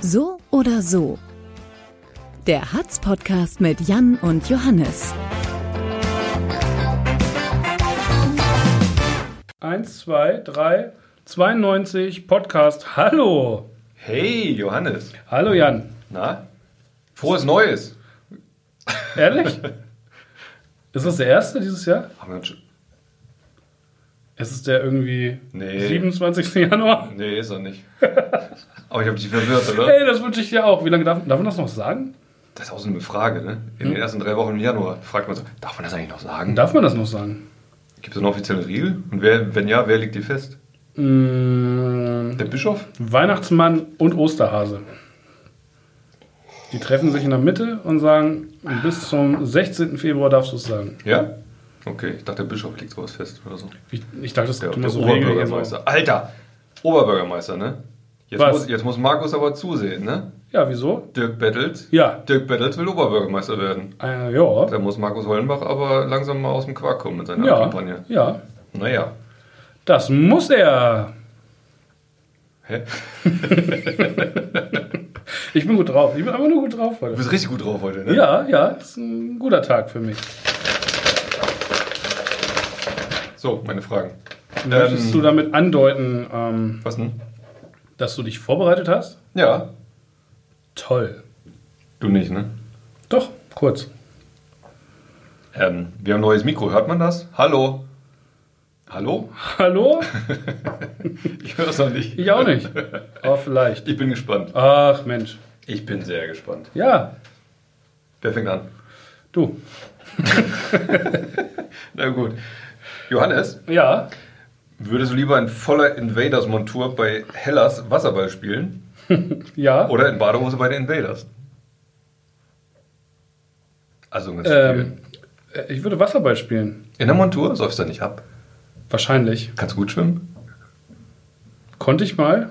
So oder so. Der Hatz-Podcast mit Jan und Johannes. Eins, zwei, drei, 92 Podcast. Hallo. Hey, Johannes. Hallo Jan. Na? Frohes Neues. Ehrlich? Ist das der erste dieses Jahr? Haben wir uns schon... Es ist der irgendwie Nee. 27. Januar. Nee, ist er nicht. Aber ich habe dich verwirrt, oder? Hey, das wünsche ich dir auch. Wie lange darf, darf man das noch sagen? Das ist auch so eine Frage, ne? In Hm? den ersten drei Wochen im Januar fragt man so, darf man das eigentlich noch sagen? Darf man das noch sagen? Gibt es eine offizielle Regel? Und wer, wenn ja, wer legt die fest? Mm, Der Bischof? Weihnachtsmann und Osterhase. Die treffen sich in der Mitte und sagen, bis zum 16. Februar darfst du es sagen. Ja? Okay, ich dachte, der Bischof legt sowas fest oder so. Ich, ich dachte, das Der, tut der mir so Regeln. Oberbürgermeister. Alter! Oberbürgermeister, ne? Jetzt Was? muss, jetzt muss Markus aber zusehen, ne? Ja, wieso? Dirk Bettels. Ja. Dirk Bettels will Oberbürgermeister werden. Äh, ja. Da muss Markus Hollenbach aber langsam mal aus dem Quark kommen mit seiner Ja, Kampagne. ja, Naja. das muss er. Hä? Ich bin gut drauf. Ich bin einfach nur gut drauf Du heute. bist richtig gut drauf heute, ne? Ja, ja, ist ein guter Tag für mich. So, meine Fragen. Möchtest Ähm. du damit andeuten, ähm, Was denn? dass du dich vorbereitet hast? Ja. Toll. Du nicht, ne? Doch, kurz. Ähm, wir haben ein neues Mikro. Hört man das? Hallo? Hallo? Hallo? Ich höre es noch nicht. Ich auch nicht. Aber vielleicht. Ich bin gespannt. Ach Mensch. Ich bin sehr gespannt. Ja, Wer fängt an? du. Na gut. Johannes, Ja, würdest du lieber in voller Invaders-Montur bei Hellas Wasserball spielen ja. oder in Badehose bei den Invaders? Also ganz Ähm, viel. äh, ich würde Wasserball spielen. In der Montur säufst du nicht ab. Wahrscheinlich. Kannst du gut schwimmen? Konnte ich mal?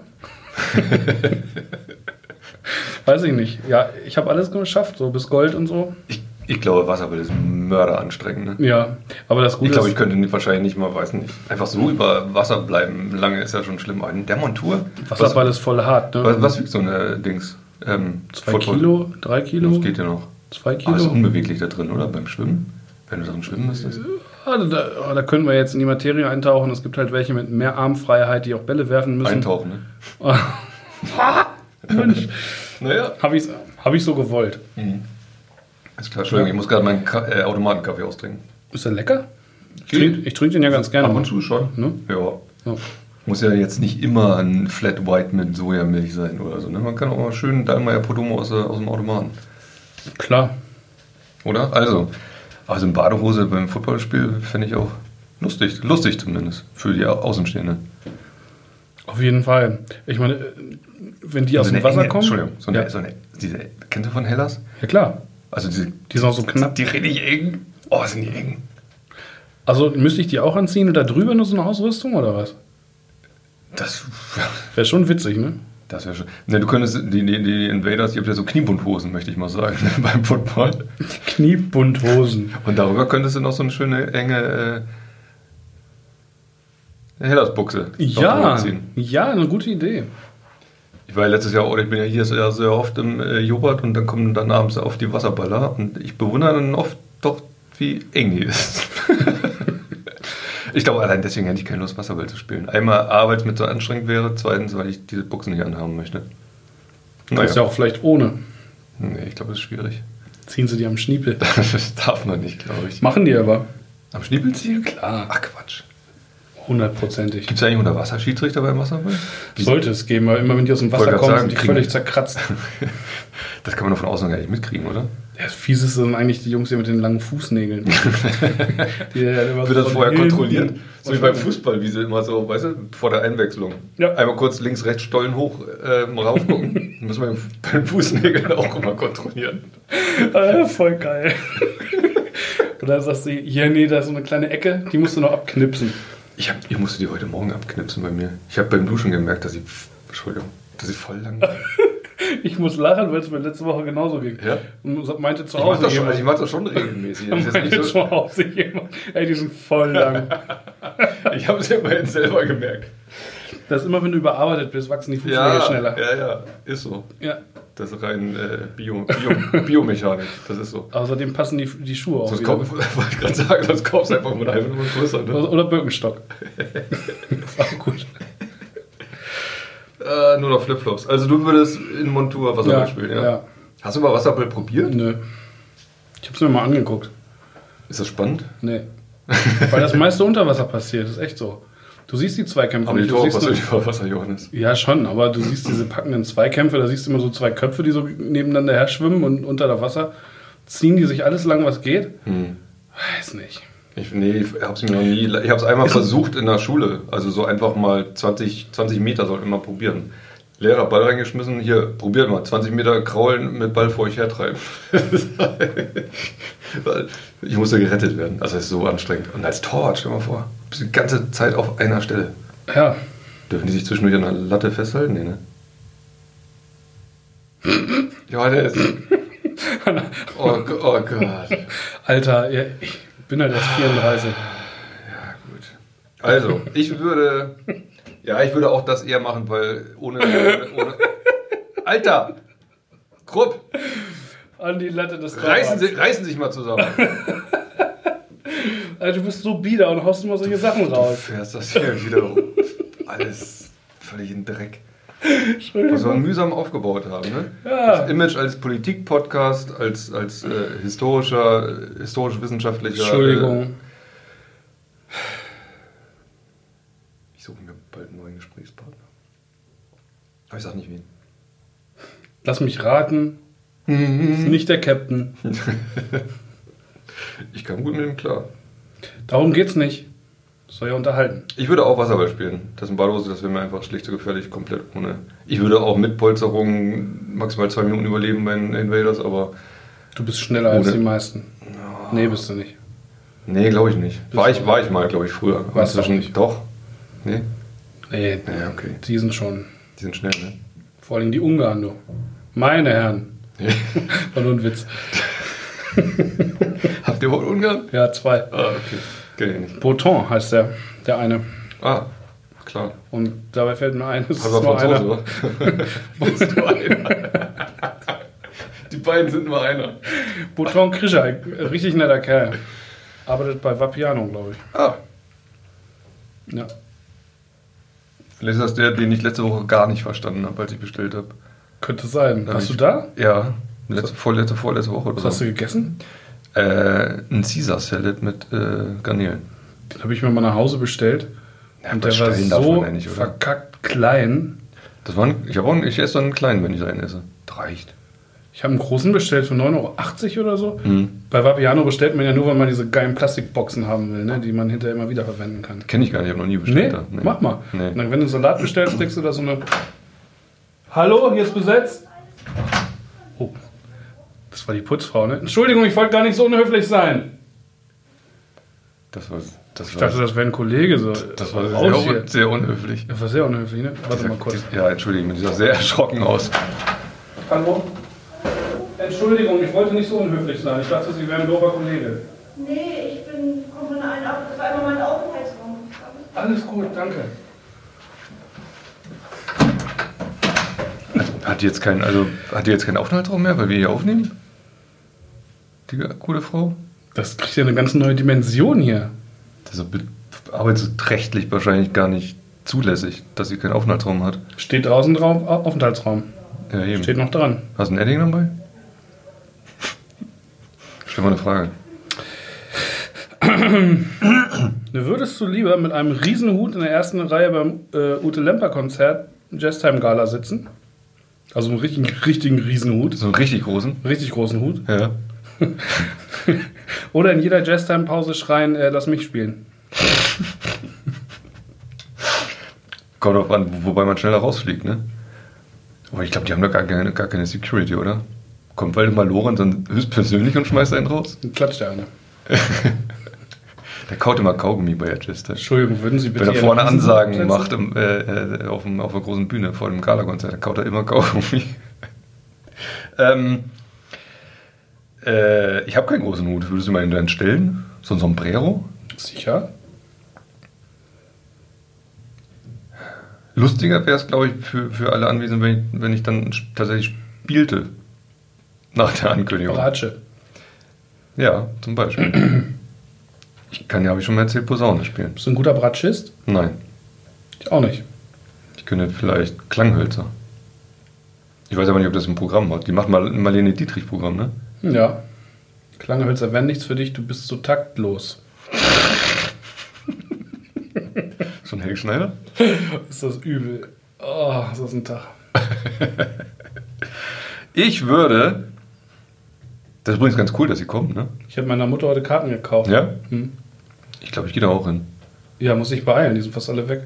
Weiß ich nicht. Ja, ich habe alles geschafft, so bis Gold und so. Ich, ich glaube, Wasserball ist mörderanstrengend. Ne? Ja, aber das Gute Ich glaube, ich ist, könnte nicht- wahrscheinlich nicht mal, weiß nicht, einfach so über Wasser bleiben. Lange ist ja schon schlimm. Aber in der Montur? Wasserball ist voll hart. Ne? Was, was, was wiegt so eine Dings? Ähm, zwei Football- Kilo, drei Kilo, Das geht ja noch. zwei Aber ist Kilo. unbeweglich da drin, oder? Beim Schwimmen? Wenn du darin schwimmen müsstest? Also da, da können wir jetzt in die Materie eintauchen. Es gibt halt welche mit mehr Armfreiheit, die auch Bälle werfen müssen. Eintauchen, ne? Mensch, Naja. habe ich, hab ich so gewollt. Ist klar, Entschuldigung, ich muss gerade meinen Ka äh, Automatenkaffee austrinken. Ist der lecker? Ich trinke ich trink den ja ganz gerne. Ab und zu schon. Ne? Ja. Ja. Muss ja jetzt nicht immer ein Flat White mit Sojamilch sein oder so. Ne? Man kann auch mal schön Dallmayr Potomo aus, der- aus dem Automaten. Klar. Oder? Also, also in Badehose beim Footballspiel fände ich auch lustig. Lustig zumindest für die Au- Außenstehenden. Auf jeden Fall. Ich meine, äh, wenn die aus eine dem Wasser enge- kommen. Entschuldigung, so eine, ja. so eine, diese, kennst du von Hellas? ja, klar. Also diese, Die sind auch so knapp. die richtig eng. Oh, sind die eng. Also müsste ich die auch anziehen und da drüber nur so eine Ausrüstung oder was? Das, Wäre schon witzig, ne? das wäre schön. Ne, du könntest, die, die, die Invaders, die habt ja so Kniebundhosen, möchte ich mal sagen, beim Football. Kniebundhosen. Und darüber könntest du noch so eine schöne, enge äh, Hellas-Buchse noch drüber Ja, ziehen. ja, eine gute Idee. Ich war ja letztes Jahr, oder ich bin ja hier sehr, sehr oft im äh, Jobert und dann kommen dann abends auf die Wasserballer und ich bewundere dann oft doch, wie eng die ist. ich glaube, allein deswegen hätte ich keine Lust, Wasserball zu spielen. Einmal A, weil es mir zu anstrengend wäre, zweitens, weil ich diese Buchsen nicht anhaben möchte. Naja. Ist ja auch vielleicht ohne. Nee, ich glaube, das ist schwierig. Ziehen sie die am Schniepel. Das darf man nicht, glaube ich. Machen die aber. Am Schniepelziel? Klar. Klar. Ach Quatsch. Hundertprozentig. Gibt es eigentlich Unterwasserschiedsrichter beim Wasserball? Sollte es geben, weil immer wenn die aus dem Wasser Wollte grad kommen, sagen, sind die kriegen- völlig zerkratzt. Das kann man doch von außen gar nicht mitkriegen, oder? Ja, das Fieseste sind eigentlich die Jungs hier mit den langen Fußnägeln. die dann immer so Wird das von vorher hinten- kontrolliert? So wie beim Fußball, wie sie immer so, weißt du, vor der Einwechslung. Ja. Einmal kurz links, rechts, Stollen hoch, ähm, rauf gucken. Müssen wir beim- beim Fußnägeln auch immer kontrollieren. Äh, voll geil. Oder sagst du, hier, nee, da ist so eine kleine Ecke, die musst du noch abknipsen. Ich, hab, ich musste die heute Morgen abknipsen bei mir. Ich habe beim Duschen gemerkt, dass sie, Entschuldigung, dass sie voll lang Ich muss lachen, weil es mir letzte Woche genauso ging. Ja? Und so- meinte zu Ich mache Hause das, schon- jemand. also ich mach das schon regelmäßig. Das ist jetzt meinte nicht zu so, Hause jemand. Ey, die sind voll lang. ich habe es ja immerhin selber gemerkt. dass immer wenn du überarbeitet bist, wachsen die Fußnägel Ja, schneller. ja, ja, ist so. Ja. Das ist rein äh, Bio, Bio, Biomechanik, das ist so. Außerdem passen die, die Schuhe auch Sonst wieder. kauf, wollte ich gerade sagen, sonst kaufst du einfach mal eine Nummer größer. Ne? Oder Birkenstock. ist auch gut. Äh, nur noch Flipflops. Also du würdest in Montur Wasserball Ja, spielen, ja? ja. Hast du mal Wasserball probiert? Nö. Ich hab's mir mal angeguckt. Ist das spannend? Nee. Weil das meiste unter Wasser passiert, ist echt so. Du siehst die Zweikämpfe. Aber die nicht, du Tore siehst passieren nur, über Wasser, Johannes. ja, schon, aber du siehst diese packenden Zweikämpfe, da siehst du immer so zwei Köpfe, die so nebeneinander her schwimmen und unter der Wasser ziehen die sich alles lang, was geht. Hm. Weiß nicht. Ich, nee, ich hab's mir noch nie. Ich hab's einmal versucht in der Schule. Also so einfach mal 20, 20 Meter sollten wir mal probieren. Lehrer Ball reingeschmissen, hier, probiert mal. 20 Meter kraulen mit Ball vor euch hertreiben. Weil ich musste gerettet werden. Also es ist so anstrengend. Und als Torwart, stell dir mal vor, bist die ganze Zeit auf einer Stelle. Ja, Dürfen die sich zwischendurch an der Latte festhalten? Nee, ne? Johannes. Oh, G- oh Gott. Alter, ja, ich bin halt erst 34. Gut. Also, ich würde. Ja, ich würde auch das eher machen, weil ohne. ohne Alter! Krupp! An die Latte des Reißen Torwarts. Sie, reißen Sie sich mal zusammen. Alter, Äh, du bist so bieder und haust immer solche Sachen raus. Fährst das hier wieder rum. Alles völlig in Dreck. Was wir Entschuldigung. mühsam aufgebaut haben, ne? Ja. Das Image als Politik-Podcast, als, als äh, historischer, äh, historisch-wissenschaftlicher. Äh, Entschuldigung. ich suche mir bald einen neuen Gesprächspartner. Aber ich sag nicht wen. Lass mich raten. Mhm. Ist nicht der Captain. Ich kam gut mit ihm klar. Darum geht's nicht. Das soll ja unterhalten. Ich würde auch Wasserball spielen. Das ist ein Ballhose, das wäre mir einfach schlicht so gefährlich, komplett ohne. Ich würde auch mit Polsterung maximal zwei Minuten überleben bei den Invaders, aber Du bist schneller als Oder- die meisten. Nee, bist du nicht. nee, glaube ich nicht. War ich, war ich mal, glaube ich, früher. Aber Warst du inzwischen- nicht? Doch. Nee? Nee, Ja, okay. die sind schon. Die sind schnell, ne? Vor allem die Ungarn, du. Meine Herren. Nee. War nur ein Witz. Habt ihr überhaupt Ungarn? Ja, zwei. Ah, okay. Kenn ich nicht. Breton heißt der, der eine. Ah, klar. Und dabei fällt mir ein, es ist Halber nur Franzose, einer. oder? Ist nur einer. Die beiden sind nur einer. Breton Krischer, richtig netter Kerl. Arbeitet bei Vapiano, glaube ich. Ah, Ja. vielleicht ist das der, den ich letzte Woche gar nicht verstanden habe, als ich bestellt habe. Könnte sein. Ja, Warst du ich- da? Ja, letzte, vorletzte, vorletzte Woche oder Was hast so. du gegessen? Äh, ein Caesar Salad mit äh, Garnelen. Den habe ich mir mal nach Hause bestellt. Ja, und der war bestellen so darf man ja nicht, oder? verkackt klein. Das waren, ich, hab auch, ich esse dann einen kleinen, wenn ich einen esse. Das reicht. Ich habe einen großen bestellt für 9,80 Euro oder so. Mhm. Bei Vapiano bestellt man ja nur, weil man diese geilen Plastikboxen haben will, ne? die man hinterher immer wieder verwenden kann. Kenne ich gar nicht, habe noch nie Nee, bestellt. da. Nee. mach mal. Nee. Und dann, wenn du einen Salat bestellst, kriegst du da so eine. Hallo, hier ist besetzt. Oh, das war die Putzfrau, ne? Entschuldigung, ich wollte gar nicht so unhöflich sein. Das war, das Ich war, dachte, das wäre ein Kollege so. das war Raus sehr, hier. un, sehr unhöflich. Das war sehr unhöflich, ne? Warte mal kurz. Ja, entschuldige, die sah sehr erschrocken aus. Hallo? Entschuldigung, ich wollte nicht so unhöflich sein. Ich dachte, Sie wären ein dober Kollege. Nee, ich bin kommunal, ab- das war immer mein Aufenthaltsraum. Alles gut, danke. Hat die jetzt keinen, also hat die jetzt keinen Aufenthaltsraum mehr, weil wir hier aufnehmen? Die coole Frau? Das kriegt ja eine ganz neue Dimension hier. Das ist be- arbeitsrechtlich wahrscheinlich gar nicht zulässig, dass sie keinen Aufenthaltsraum hat. Steht draußen drauf, Au- Aufenthaltsraum. Ja, eben. Steht noch dran. Hast du einen Edding dabei? Stell mal eine Frage. Ne, Würdest du lieber mit einem Riesenhut in der ersten Reihe beim äh, Ute Lemper-Konzert Jazztime Gala sitzen? Also einen richtigen, richtigen Riesenhut. So einen richtig großen? Richtig großen Hut. Ja. Oder in jeder Jazztime-Pause schreien, äh, lass mich spielen. Kommt drauf an, wo- wobei man schneller rausfliegt, ne? Aber ich glaube, die haben da gar keine, gar keine Security, oder? Kommt Waldemar Lorenz dann höchstpersönlich und schmeißt einen raus? Dann klatscht der eine. Der kaut immer Kaugummi bei der Chester. Entschuldigung, würden Sie bitte. Wenn er Ihren vorne Riesenhut Ansagen setzen? macht im, äh, äh, auf, dem, auf der großen Bühne vor dem Gala-Konzert, dann kaut er immer Kaugummi. ähm, äh, ich habe keinen großen Hut. Würdest du mir einen dann stellen? So ein Sombrero? Sicher? Lustiger wäre es, glaube ich, für, für alle Anwesenden, wenn ich, wenn ich dann sch- tatsächlich spielte. Nach der Ankündigung. Bratsche. Ja, zum Beispiel. Ich kann ja, habe ich schon mal erzählt, Posaune spielen. Bist du ein guter Bratschist? Nein, Ich auch nicht. ich könnte vielleicht Klanghölzer. Ich weiß aber nicht, ob das ein Programm hat. Die macht mal ein Marlene Dietrich-Programm, ne? Hm, Ja. Klangehölzer wären nichts für dich, du bist so taktlos. So ein Helge Schneider? Ist das übel. Oh, ist das ein Tag. Ich würde. Das ist übrigens ganz cool, dass sie kommen, ne? Ich habe meiner Mutter heute Karten gekauft. Ja? Hm. Ich glaube, ich gehe da auch hin. Ja, muss ich beeilen, die sind fast alle weg.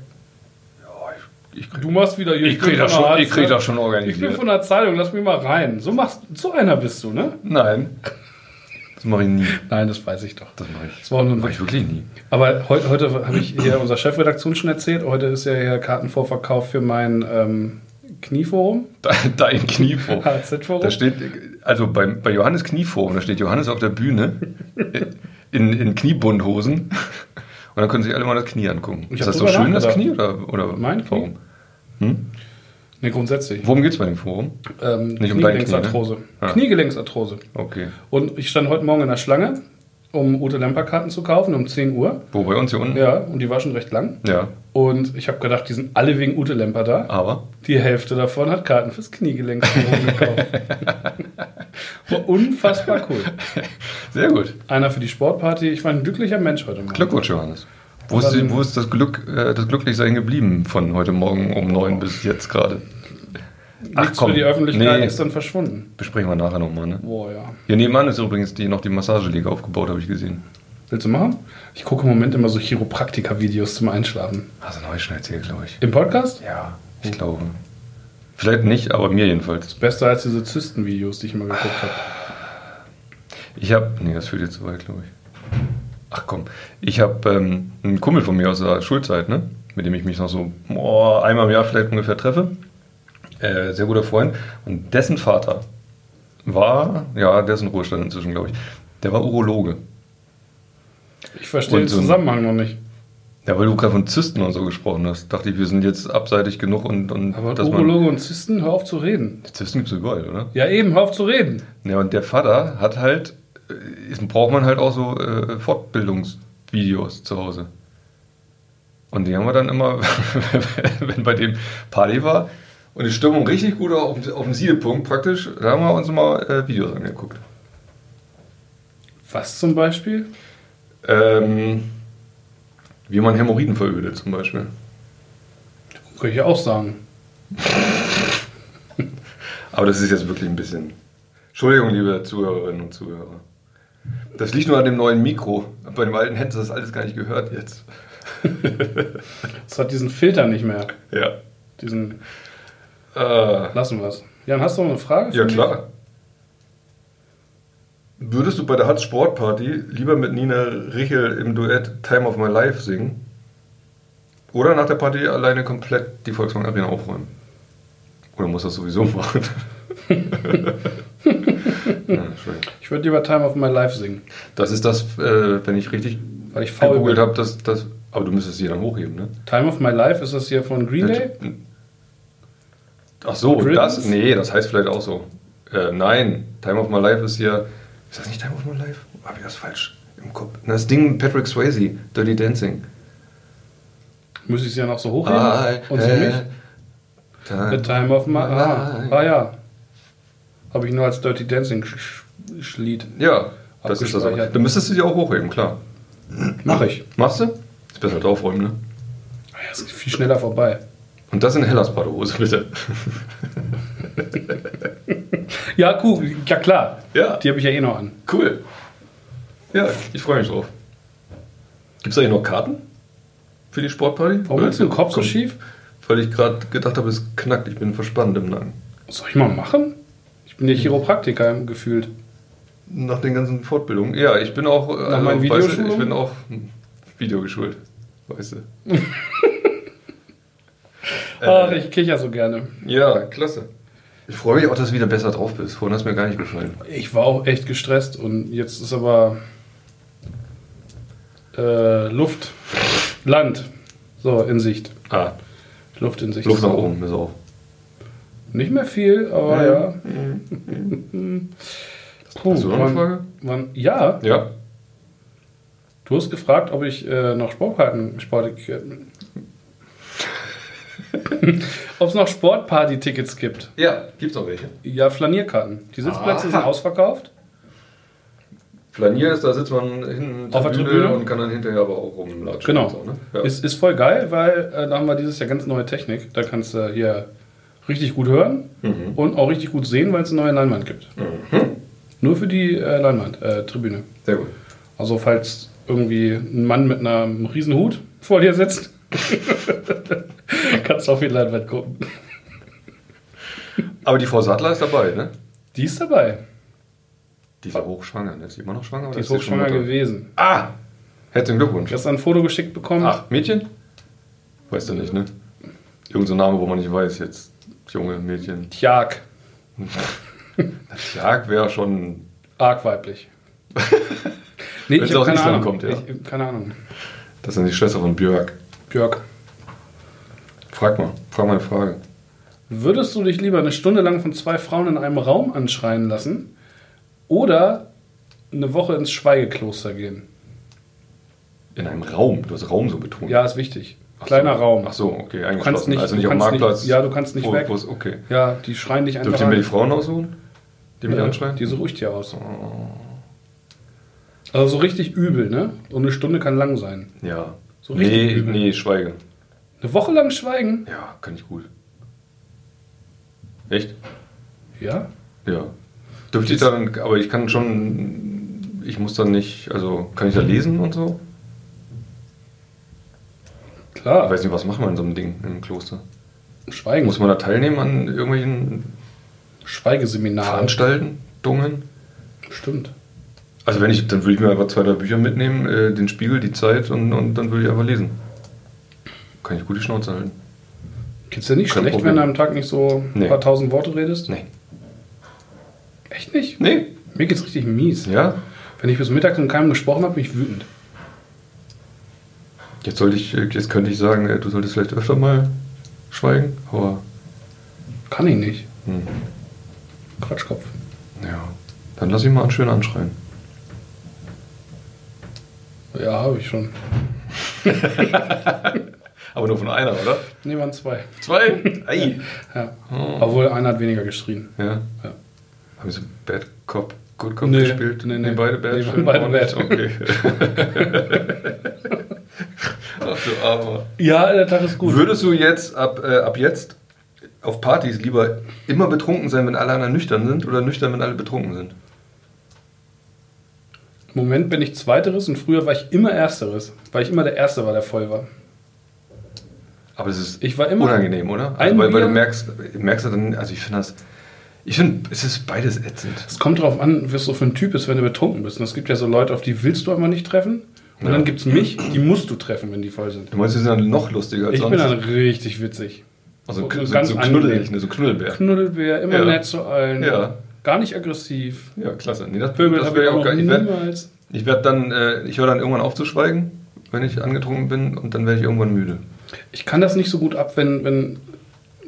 Ich, Du machst wieder hier. Ich krieg bin das von der schon- Harz, ich krieg ne? das schon Ich bin organisiert. von der Zeitung, lass mich mal rein. So machst so einer bist du, ne? Nein. Das mache ich nie. Nein, das weiß ich doch. Das mache ich. Das war nur ein Mache Hm, ich wirklich nie. Aber heute, heute habe ich hier unserer Chefredaktion schon erzählt. Heute ist ja hier Kartenvorverkauf für mein ähm, Knieforum, Dein, dein Knieforum. HZ-Forum. Da steht, also bei, bei Johannes Knieforum, da steht Johannes auf der Bühne äh, in, in Kniebundhosen. Und dann können sich alle mal das Knie angucken. Ich ist hab das so drüber schön, das nachgedacht. Knie? Oder, oder Mein Knie? Warum? Ne, grundsätzlich. Worum geht's bei dem Forum? Ähm, Nicht um dein Knie, ne? Kniegelenksarthrose. Ah. Kniegelenksarthrose. Okay. Und ich stand heute Morgen in der Schlange, um Ute Lemper-Karten zu kaufen, um 10 Uhr. Wo, bei uns hier unten? Ja, und die war schon recht lang. Ja. Und ich habe gedacht, die sind alle wegen Ute Lemper da. Aber? Die Hälfte davon hat Karten fürs Kniegelenk gekauft. War unfassbar cool. Sehr gut. Einer für die Sportparty. Ich war ein glücklicher Mensch heute Morgen. Glückwunsch, Johannes. Wo ist, Dann- die, wo ist das, Glück, äh, das Glücklichsein geblieben von heute Morgen um neun bis jetzt gerade? Nichts für die Öffentlichkeit Nee, ist dann verschwunden. besprechen wir nachher nochmal. Ne? Boah, ja. Hier nebenan ist übrigens die, noch die Massageliege aufgebaut, habe ich gesehen. Willst du machen? Ich gucke im Moment immer so Chiropraktiker-Videos zum Einschlafen. Hast du Also noch schon erzählt, glaube ich. Im Podcast? Ja. Ich Hm. glaube. Vielleicht nicht, aber mir jedenfalls. Besser als diese Zysten-Videos, die ich immer geguckt habe. Ich habe, nee, das führt jetzt zu weit, glaube ich. Ach komm, ich habe ähm, einen Kumpel von mir aus der Schulzeit, ne? mit dem ich mich noch so boah, einmal im Jahr vielleicht ungefähr treffe. Äh, sehr guter Freund. Und dessen Vater war, ja, der ist in Ruhestand inzwischen, glaube ich. Der war Urologe. Ich verstehe Und den so ein- Zusammenhang noch nicht. Ja, weil du gerade von Zysten und so gesprochen hast, dachte ich, wir sind jetzt abseitig genug und, und Aber dass man. Urologe und Zysten, hör auf zu reden. Zysten gibt es überall, oder? Ja, eben, hör auf zu reden. Ja, und der Vater hat halt, äh, ist, braucht man halt auch so äh, Fortbildungsvideos zu Hause. Und die haben wir dann immer, wenn bei dem Party war und die Stimmung richtig gut war, auf, dem- auf dem Siedepunkt praktisch, da haben wir uns immer äh, Videos angeguckt. Was zum Beispiel? Ähm, wie man Hämorrhoiden verödet zum Beispiel. Könnte ich ja auch sagen. Aber das ist jetzt wirklich ein bisschen. Entschuldigung, liebe Zuhörerinnen und Zuhörer. Das liegt nur an dem neuen Mikro. Bei dem alten hättest du das alles gar nicht gehört jetzt. Es hat diesen Filter nicht mehr. Ja. Diesen. Äh, Lassen wir es. Jan, hast du noch eine Frage? für Ja, mich? klar. Würdest du bei der Hatz Sportparty lieber mit Nina Richel im Duett Time of My Life singen? Oder nach der Party alleine komplett die Volkswagen Arena aufräumen? Oder muss das sowieso machen? ja, schön. Ich würde lieber Time of My Life singen. das ist das, äh, wenn ich richtig Weil ich faul gegoogelt bin. habe, das, das. Aber du müsstest sie dann hochheben, ne? Time of My Life ist das hier von Green Day? Äh, Ach so, Drittens? das, nee, das heißt vielleicht auch so. Äh, nein, Time of My Life ist hier. Ist das nicht Time of My Life? Habe ich das falsch im Kopf? Na, das Ding mit Patrick Swayze, Dirty Dancing. Ah, Muss ich sie ja noch so hochheben? äh, Und so mich? The mich? Time of My... Ah, Life. ah ja. Habe ich nur als Dirty Dancing Sch- Sch- Lied. Ja, das ist das auch. Abgespeichert. Dann müsstest du die auch hochheben, klar. Mache ich. Machst du? Ist besser halt aufräumen, ne? Ah ja, es geht viel schneller vorbei. Und das in Hellas Badehose, bitte. Ja, cool. Ja, klar. Ja. Die habe ich ja eh noch an. Cool. Ja, ich freue mich drauf. Gibt es eigentlich noch Karten für die Sportparty? Warum ist Weil- dein Kopf so komm, schief? Weil ich gerade gedacht habe, es knackt. Ich bin verspannt im Nacken. Was soll ich mal machen? Ich bin ja Chiropraktiker im- gefühlt. Nach den ganzen Fortbildungen. Ja, ich bin auch. äh, meinen weißt du, ich Videoschulungen? bin auch hm, videogeschult. Weißt du. Äh. Ach, ich kicher so gerne. Ja, klasse. Ich freue mich auch, dass du wieder besser drauf bist. Vorhin hat es mir gar nicht gefallen. Ich war auch echt gestresst und jetzt ist aber äh, Luft, Land so in Sicht. Ah, Luft in sich. Luft nach oben ist auch. Nicht mehr viel, aber ja. ja. Puh, Mhm. Hast du noch eine wann- Frage? wann- ja, Ja. du hast gefragt, ob ich äh, noch Sportkarten, Sport, ob es noch Sportparty-Tickets gibt. Ja, gibt's noch welche. Ja, Flanierkarten. Die Sitzplätze sind Aha. ausverkauft. Flanier ist, da sitzt man hinten Auf der Tribüne. und kann dann hinterher aber auch rumlatschen. Genau. und So, ne? ja. Ist, ist voll geil, weil äh, da haben wir dieses Jahr ganz neue Technik. Da kannst du hier richtig gut hören Mhm. und auch richtig gut sehen, weil es eine neue Leinwand gibt. Mhm. Nur für die äh, Leinwand, äh, Tribüne. Sehr gut. Also falls irgendwie ein Mann mit einem riesen Hut vor dir sitzt, kannst du auf die Leinwand gucken. Aber die Frau Sattler ist dabei, ne? Die ist dabei. Die ist ja hochschwanger, ne? Ist die immer noch schwanger? Oder Die ist sie schon hochschwanger Mutter? gewesen. Ah! Herzlichen Glückwunsch. Gestern ein Foto geschickt bekommen. Ach, Mädchen? Weißt du nicht, ne? Irgend so ein Name, wo man nicht weiß jetzt. Junge, Mädchen. Tjag. Jag wäre schon. Arg weiblich. nee, Wenn's hab aus Island Ahnung. kommt, ja. Ich, keine Ahnung. Das ist ja die Schwester von Björk. Björk. Frag mal, frag mal eine Frage. Würdest du dich lieber eine Stunde lang von zwei Frauen in einem Raum anschreien lassen oder eine Woche ins Schweigekloster gehen? In einem Raum, du hast Raum so betont. Ja, ist wichtig. Ach Kleiner so. Raum. Ach so, okay, eingeschlossen. kannst nicht- also du nicht auf dem kannst nicht- Marktplatz. ja, du kannst nicht wo, weg. Wo ist, okay. Ja, die schreien dich einfach Dürft ihr mir die an. Frauen aussuchen, die mich Ja, anschreien? Äh, Oh. Die suche ich dir aus. Also so richtig übel, ne? Und eine Stunde kann lang sein. Ja. So nee, richtig übel. nee, schweige. Eine Woche lang schweigen? Ja, kann ich gut. Echt? Ja. Ja. Dürfte ich dann, aber ich kann schon, ich muss dann nicht, also kann ich da lesen und so? Ich Klar. weiß nicht, was macht man in so einem Ding im Kloster? Schweigen. Muss man da teilnehmen an irgendwelchen Schweigeseminare. Veranstaltungen? Bestimmt. Also wenn ich, dann würde ich mir einfach zwei, drei Bücher mitnehmen, äh, den Spiegel, die Zeit und, und dann würde ich einfach lesen. Kann ich gut die Schnauze halten. Geht's dir nicht Kein schlecht, Problem. wenn du am Tag nicht so ein Nee. paar tausend Worte redest? Nee. Echt nicht? Nee? Mir geht's richtig mies. Ja? Wenn ich bis Mittag mit keinem gesprochen habe, bin ich wütend. Jetzt sollte ich, äh, jetzt könnte ich sagen, äh, du solltest vielleicht öfter mal schweigen, aber Kann ich nicht. hm, Quatschkopf. ja. Dann lass ich mal an schön anschreien. Ja, habe ich schon. Aber nur von einer, oder? Nee, waren zwei. Zwei? Ei. Ja. Obwohl, einer hat weniger geschrien. Ja. Ja. Haben sie Bad Cop, Good Cop Nee, gespielt? nee, nee. Nee, beide Bad. Nee, schön beide ordentlich? Bad. Okay. Ach du Armer. Ja, der Tag ist gut. Würdest du jetzt ab, äh, ab jetzt auf Partys lieber immer betrunken sein, wenn alle anderen nüchtern sind oder nüchtern, wenn alle betrunken sind? Im Moment bin ich Zweiteres und früher war ich immer Ersteres, weil ich immer der Erste war, der voll war. Aber es ist Ich war immer- unangenehm, oder? Ein Also, weil, weil du Bier- merkst, merkst du dann, also ich finde das, ich finde, es ist beides ätzend. Es kommt darauf an, was du für ein Typ bist, wenn du betrunken bist. Und es gibt ja so Leute, auf die willst du aber nicht treffen. Und Ja. dann gibt es mich, die musst du treffen, wenn die voll sind. Du meinst, die sind dann noch lustiger als Ich sonst? bin dann richtig witzig. also, so so, ganz so knuddelig, angenehm. ne, so Knuddelbär. Knuddelbär, immer Ja. nett zu allen. Ja. Gar nicht aggressiv. Ja, klasse. Nee, das, Pöbel das habe wäre ich ja auch noch auch geil. Ich werde niemals. ich werd dann, äh, ich höre dann irgendwann auf zu schweigen, wenn ich angetrunken bin und dann werde ich irgendwann müde. Ich kann das nicht so gut ab, wenn, wenn,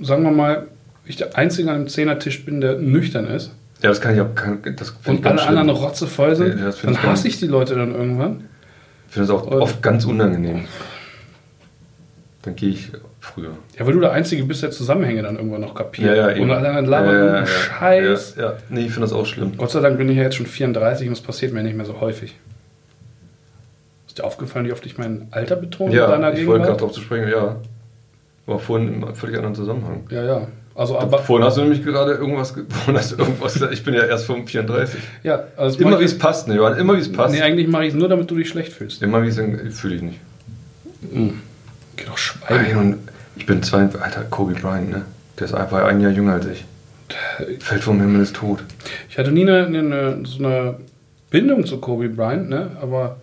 sagen wir mal, ich der Einzige an einem Zehnertisch bin, der nüchtern ist Ja, das kann ich auch, kann, das finde ich und ganz alle schlimm. anderen Rotze voll sind, Ja, das find dann ich gar hasse nicht. ich die Leute dann irgendwann. Ich finde das auch Und- oft ganz unangenehm. Dann gehe ich früher. Ja, weil du der Einzige bist, der Zusammenhänge dann irgendwann noch kapiert. und alle anderen labern Ja, ja, irgendeinen ja, Scheiß. Ja, ja. Nee, ich finde das auch schlimm. Gott sei Dank bin ich ja jetzt schon 34 und es passiert mir nicht mehr so häufig. Ist dir aufgefallen, wie oft ich mein Alter betone in ja, deiner ich wollte gerade Gegenwart? drauf zu sprechen, ja. War vorhin im völlig anderen Zusammenhang. Ja, ja. Also, aber, vorhin hast du nämlich gerade irgendwas, ge- vorhin hast du irgendwas gesagt. Ich bin ja erst 34. ja, also Immer wie es es passt, ne, Johann? Immer wie es passt. passt. Nee, eigentlich mache ich es nur, damit du dich schlecht fühlst. Immer wie es, fühle ich nicht. Geh doch Ey, schweigen. und ich bin zwei, Alter, Kobe Bryant, ne? Der ist einfach ein Jahr jünger als ich. Fällt vom Himmel ist tot. Ich hatte nie eine, eine- eine, so eine Bindung zu Kobe Bryant, ne? aber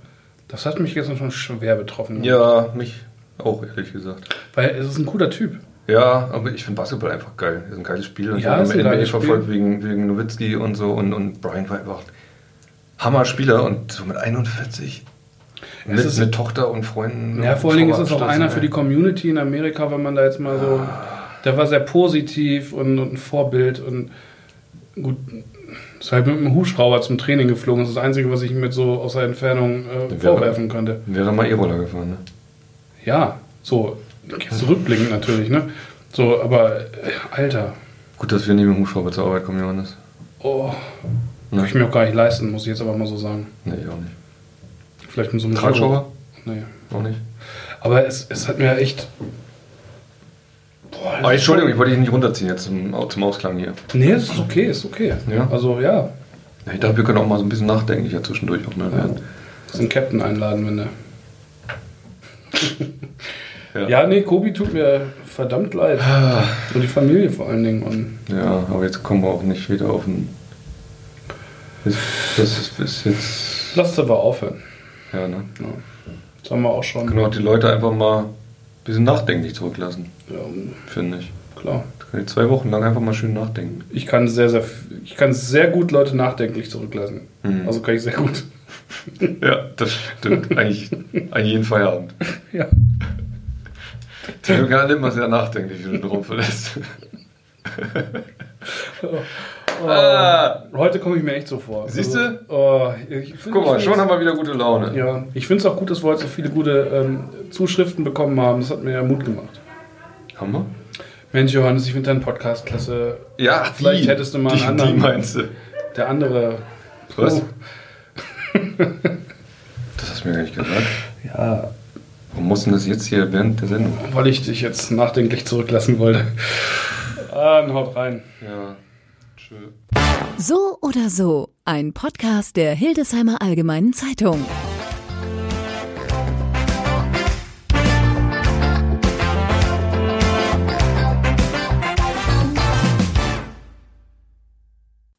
das hat mich gestern schon schwer betroffen. Ja, mich auch, ehrlich gesagt. Weil es ist ein cooler Typ. Ja, aber ich finde Basketball einfach geil. Das ist ein geiles Spiel. Und Ja, ich ist habe ein NBA geiles Spiel. verfolgt wegen, wegen Nowitzki und so. Und, und Bryant war einfach Hammer-Spieler und so mit 41. Mit, ist- mit Tochter und Freunden. Ja, vor allen Dingen ist es auch Vorabstürzen, einer für die ey. Community in Amerika, wenn man da jetzt mal so. Der war sehr positiv und, und ein Vorbild und gut. Ist halt mit einem Hubschrauber zum Training geflogen. Das ist das Einzige, was ich ihm mit so aus der Entfernung äh, wäre- vorwerfen könnte. Wäre mal Ebola gefahren, ne? Ja, so. Zurückblickend natürlich, ne? So, aber, äh, Alter. Gut, dass wir nicht mit dem Hubschrauber zur Arbeit kommen, Johannes. Oh, Ne? kann ich mir auch gar nicht leisten, muss ich jetzt aber mal so sagen. Nee, ich auch nicht. Vielleicht mit so einem Tragschrauber? Giro. Nee. Auch nicht. Aber es, es hat mir echt. Boah, das Aber ist Entschuldigung, ich wollte dich nicht runterziehen jetzt zum, zum Ausklang hier. Nee, das ist okay, ist okay. Ja. Also ja, Ja, Ich dachte, wir können auch mal so ein bisschen nachdenklicher zwischendurch auch mal werden. kannst den Captain einladen, wenn der. Ja. Ja, nee, Kobi tut mir verdammt leid. Und die Familie vor allen Dingen. Und Ja, aber jetzt kommen wir auch nicht wieder auf den. Das, das ist bis jetzt. lasst aber aufhören. Ja, ne? Ja. Das haben wir auch schon. Können auch die Leute einfach mal ein bisschen nachdenklich zurücklassen, Ja, finde ich. klar. Da können die zwei Wochen lang einfach mal schön nachdenken. Ich kann sehr, sehr, ich kann sehr gut Leute nachdenklich zurücklassen. Mhm. Also kann ich sehr gut. Ja, das stimmt. Eigentlich an jeden Feierabend. Ja. Die sind gar nicht immer sehr nachdenklich, wenn du drauf verlässt. Oh. Ah, Heute komme ich mir echt so vor. Siehst du? Also, oh, ich find- guck mal, ich find's- schon haben wir wieder gute Laune. Ja, ich finde es auch gut, dass wir heute so viele gute ähm, Zuschriften bekommen haben. Das hat mir ja Mut gemacht. Haben wir? Mensch, Johannes, ich finde deinen Podcast klasse. Ja, Vielleicht hättest du mal die, einen Die anderen. meinst du? Der andere. Was? Oh. Das hast du mir gar nicht gesagt. Ja. Warum muss denn das jetzt hier während der Sendung? Weil ich dich jetzt nachdenklich zurücklassen wollte. Ah, dann haut rein. Ja. Tschö. So oder so, ein Podcast der Hildesheimer Allgemeinen Zeitung.